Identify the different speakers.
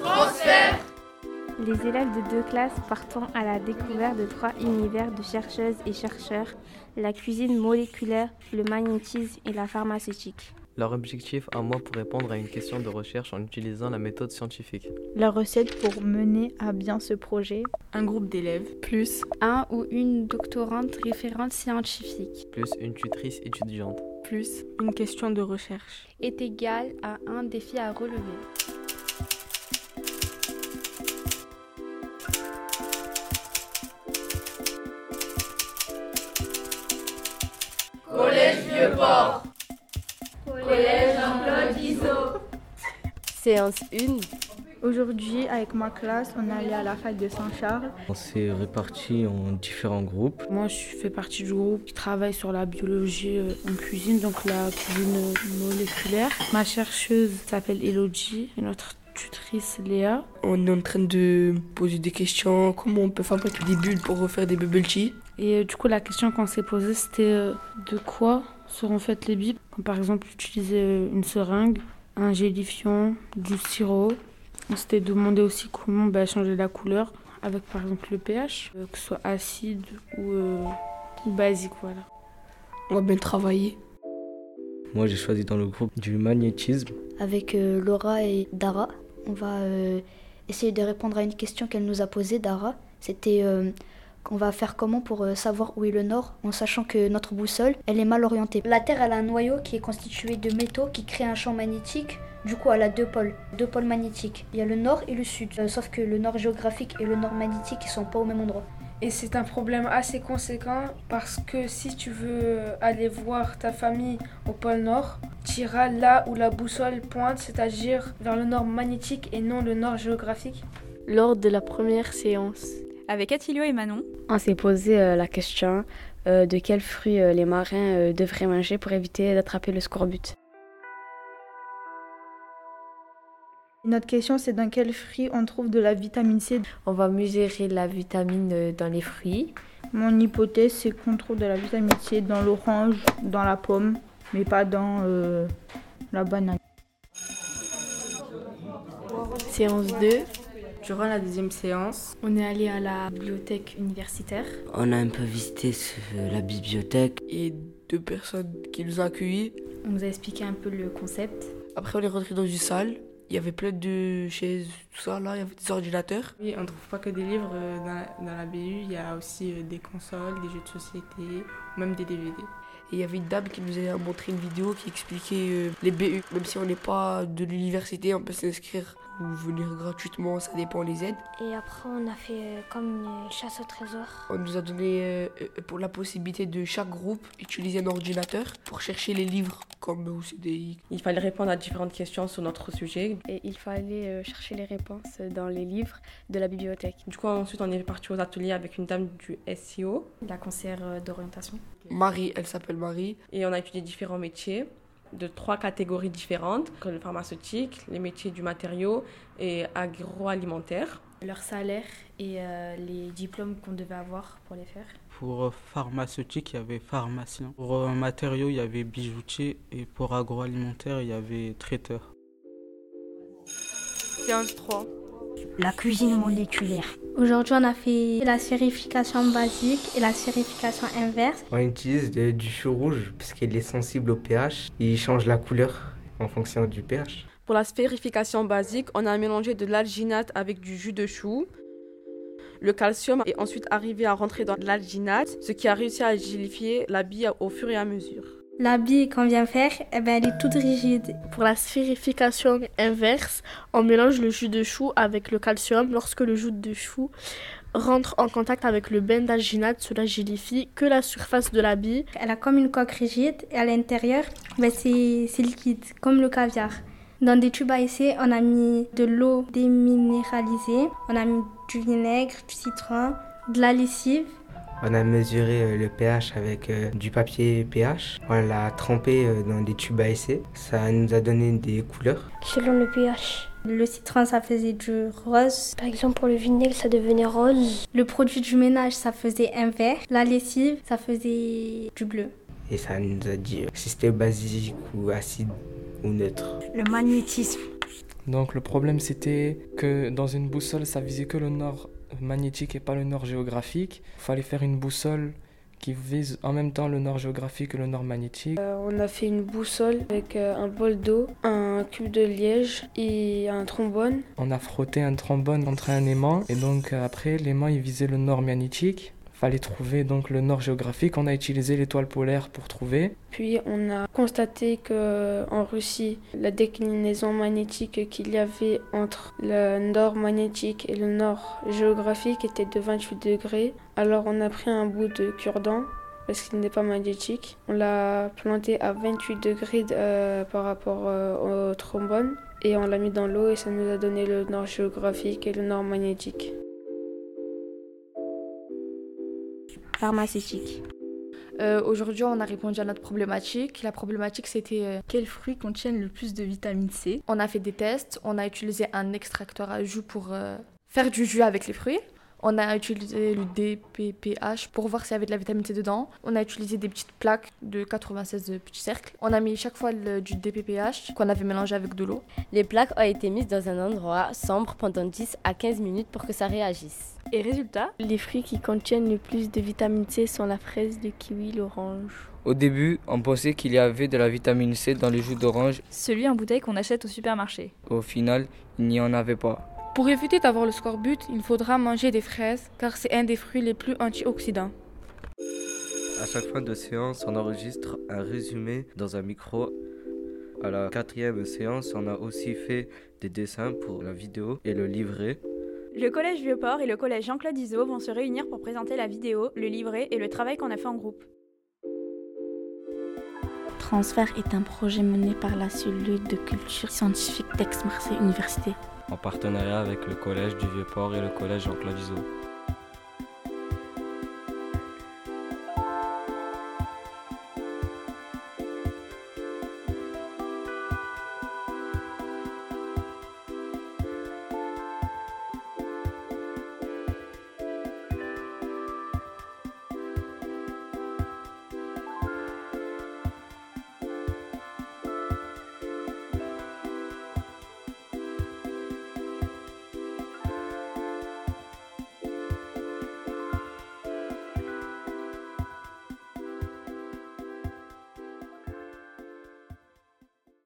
Speaker 1: prospère
Speaker 2: Les élèves de deux classes partant à la découverte de trois univers de chercheuses et chercheurs, la cuisine moléculaire, le magnétisme et la pharmaceutique.
Speaker 3: Leur objectif à moi pour répondre à une question de recherche en utilisant la méthode scientifique.
Speaker 4: La recette pour mener à bien ce projet.
Speaker 5: Un groupe d'élèves.
Speaker 6: Plus
Speaker 7: un ou une doctorante référente scientifique.
Speaker 3: Plus une tutrice étudiante.
Speaker 6: Plus une question de recherche.
Speaker 7: Est égal à un défi à relever.
Speaker 1: Collège Vieux-Port. Collège Jean-Claude Guizot.
Speaker 8: Séance 1.
Speaker 4: Aujourd'hui, avec ma classe, on est allé à la fac de Saint-Charles.
Speaker 9: On s'est répartis en différents groupes.
Speaker 10: Moi, je fais partie du groupe qui travaille sur la biologie euh, en cuisine, donc la cuisine moléculaire. Ma chercheuse s'appelle Elodie et notre tutrice Léa.
Speaker 11: On est en train de poser des questions, comment on peut fabriquer des bulles pour refaire des bubble tea.
Speaker 10: Et euh, du coup, la question qu'on s'est posée, c'était euh, de quoi seront faites les bibles Comme par exemple, utiliser euh, une seringue, un gélifiant, du sirop. On s'était demandé aussi comment bah, changer la couleur avec par exemple le pH, euh, que ce soit acide ou, ou basique. Voilà.
Speaker 11: On va bien travailler.
Speaker 9: Moi, j'ai choisi dans le groupe du magnétisme.
Speaker 12: Avec
Speaker 13: euh,
Speaker 12: Laura et Dara, on va essayer de répondre à une question qu'elle nous a posée, Dara. C'était euh, qu'on va faire comment pour euh, savoir où est le nord, en sachant que notre boussole, elle est mal orientée.
Speaker 13: La Terre, elle a un noyau qui est constitué de métaux qui crée un champ magnétique. Du coup, elle a deux pôles, deux pôles magnétiques. Il y a le nord et le sud, euh, sauf que le nord géographique et le nord magnétique, ils sont pas au même endroit.
Speaker 14: Et c'est un problème assez conséquent parce que si tu veux aller voir ta famille au pôle Nord, tu iras là où la boussole pointe, c'est-à-dire vers le Nord magnétique et non le Nord géographique.
Speaker 15: Lors de la première séance,
Speaker 16: avec Attilio et Manon,
Speaker 17: on s'est posé euh, la question euh, de quels fruits euh, les marins devraient manger pour éviter d'attraper le scorbut.
Speaker 4: Notre question, c'est dans quels fruits on trouve de la vitamine C
Speaker 18: On va mesurer la vitamine dans les fruits.
Speaker 4: Mon hypothèse, c'est qu'on trouve de la vitamine C dans l'orange, dans la pomme, mais pas dans euh, la banane.
Speaker 18: Séance 2.
Speaker 19: Durant la deuxième séance,
Speaker 20: on est allé à la bibliothèque universitaire.
Speaker 7: On a un peu visité ce, la bibliothèque.
Speaker 11: Et deux personnes qui nous ont accueillis.
Speaker 20: On nous a expliqué un peu le concept.
Speaker 11: Après, on est rentré dans une salle il y avait plein de chaises, tout ça, là, il y avait des ordinateurs.
Speaker 5: Oui, on ne trouve pas que des livres euh, dans, dans la BU, il y a aussi euh, des consoles, des jeux de société, même des DVD.
Speaker 11: Et il y avait une dame qui nous a montré une vidéo qui expliquait euh, les BU. Même si on n'est pas de l'université, on peut s'inscrire ou venir gratuitement, ça dépend les aides.
Speaker 6: Et après, on a fait euh, comme une chasse au trésor.
Speaker 11: On nous a donné euh, pour la possibilité de chaque groupe utiliser un ordinateur pour chercher les livres comme euh, au CDI.
Speaker 2: Il fallait répondre à différentes questions sur notre sujet.
Speaker 17: Et il fallait euh, chercher les réponses dans les livres de la bibliothèque.
Speaker 2: Du coup, ensuite, on est parti aux ateliers avec une dame du SEO.
Speaker 20: La conseillère d'orientation.
Speaker 11: Marie, elle s'appelle Marie.
Speaker 2: Et on a étudié différents métiers de trois catégories différentes, comme le pharmaceutique, les métiers du matériau et agroalimentaire.
Speaker 20: Leur salaire et euh, les diplômes qu'on devait avoir pour les faire.
Speaker 10: Pour euh, pharmaceutique, il y avait pharmacien. Pour euh, matériaux, il y avait bijoutier. Et pour agroalimentaire, il y avait traiteur.
Speaker 5: Séance 3.
Speaker 15: La cuisine moléculaire.
Speaker 11: Aujourd'hui, on a fait la sérification basique et la sérification inverse.
Speaker 13: On utilise de, du chou rouge parce qu'il est sensible au pH. Il change la couleur en fonction du pH.
Speaker 2: Pour la sphérification basique, on a mélangé de l'alginate avec du jus de chou. Le calcium est ensuite arrivé à rentrer dans l'alginate, ce qui a réussi à gélifier la bille au fur et à mesure.
Speaker 5: La bille qu'on vient faire, eh ben, elle est toute rigide.
Speaker 1: Pour la sphérification inverse, on mélange le jus de chou avec le calcium. Lorsque le jus de chou rentre en contact avec le bendalginate, cela gélifie que la surface de la bille.
Speaker 9: Elle a comme une coque rigide et à l'intérieur, ben, c'est liquide, comme le caviar. Dans des tubes à essai, on a mis de l'eau déminéralisée, on a mis du vinaigre, du citron, de la lessive
Speaker 13: on a mesuré euh, le pH avec euh, du papier pH. On l'a trempé euh, dans des tubes à essai. Ça nous a donné des couleurs.
Speaker 6: Selon le pH.
Speaker 9: Le citron, ça faisait du rose.
Speaker 6: Par exemple, pour le vinaigre, ça devenait rose.
Speaker 9: Le produit du ménage, ça faisait un vert. La lessive, ça faisait du bleu.
Speaker 13: Et ça euh, nous a dit si c'était basique ou acide ou neutre.
Speaker 15: Le magnétisme.
Speaker 16: Donc le problème c'était que dans une boussole ça visait que le nord magnétique et pas le nord géographique. Il fallait faire une boussole qui vise en même temps le nord géographique et le nord magnétique.
Speaker 10: Euh, on a fait une boussole avec euh, un bol d'eau, un cube de liège et un trombone.
Speaker 16: On a frotté un trombone contre un aimant et donc euh, après l'aimant il visait le nord magnétique. Fallait trouver donc le nord géographique. On a utilisé l'étoile polaire pour trouver.
Speaker 10: Puis on a constaté que en Russie, la déclinaison magnétique qu'il y avait entre le nord magnétique et le nord géographique était de 28 degrés. Alors on a pris un bout de cure-dent parce qu'il n'est pas magnétique. On l'a planté à 28 degrés euh, par rapport euh, au trombone et on l'a mis dans l'eau et ça nous a donné le nord géographique et le nord magnétique.
Speaker 21: Pharmaceutique.
Speaker 22: Euh, Aujourd'hui, on a répondu à notre problématique. La problématique, c'était euh,
Speaker 4: quels fruits contiennent le plus de vitamine C.
Speaker 22: On a fait des tests. On a utilisé un extracteur à jus pour euh, faire du jus avec les fruits. On a utilisé le DPPH pour voir s'il y avait de la vitamine C dedans. On a utilisé des petites plaques de 96 petits cercles. On a mis chaque fois le, du DPPH qu'on avait mélangé avec de l'eau.
Speaker 23: Les plaques ont été mises dans un endroit sombre pendant 10 à 15 minutes pour que ça réagisse.
Speaker 4: Et résultat
Speaker 24: Les fruits qui contiennent le plus de vitamine C sont la fraise, le kiwi, l'orange.
Speaker 25: Au début, on pensait qu'il y avait de la vitamine C dans les jus d'orange.
Speaker 26: Celui en bouteille qu'on achète au supermarché.
Speaker 25: Au final, il n'y en avait pas.
Speaker 27: Pour éviter d'avoir le scorbut, il faudra manger des fraises car c'est un des fruits les plus antioxydants.
Speaker 3: À chaque fin de séance, on enregistre un résumé dans un micro. À la quatrième séance, on a aussi fait des dessins pour la vidéo et le livret.
Speaker 2: Le collège Vieux-Port et le collège Jean-Claude Iso vont se réunir pour présenter la vidéo, le livret et le travail qu'on a fait en groupe.
Speaker 28: Transfert est un projet mené par la cellule de culture scientifique d'Aix-Marseille Université
Speaker 13: en partenariat avec le collège du Vieux-Port et le collège Jean-Claude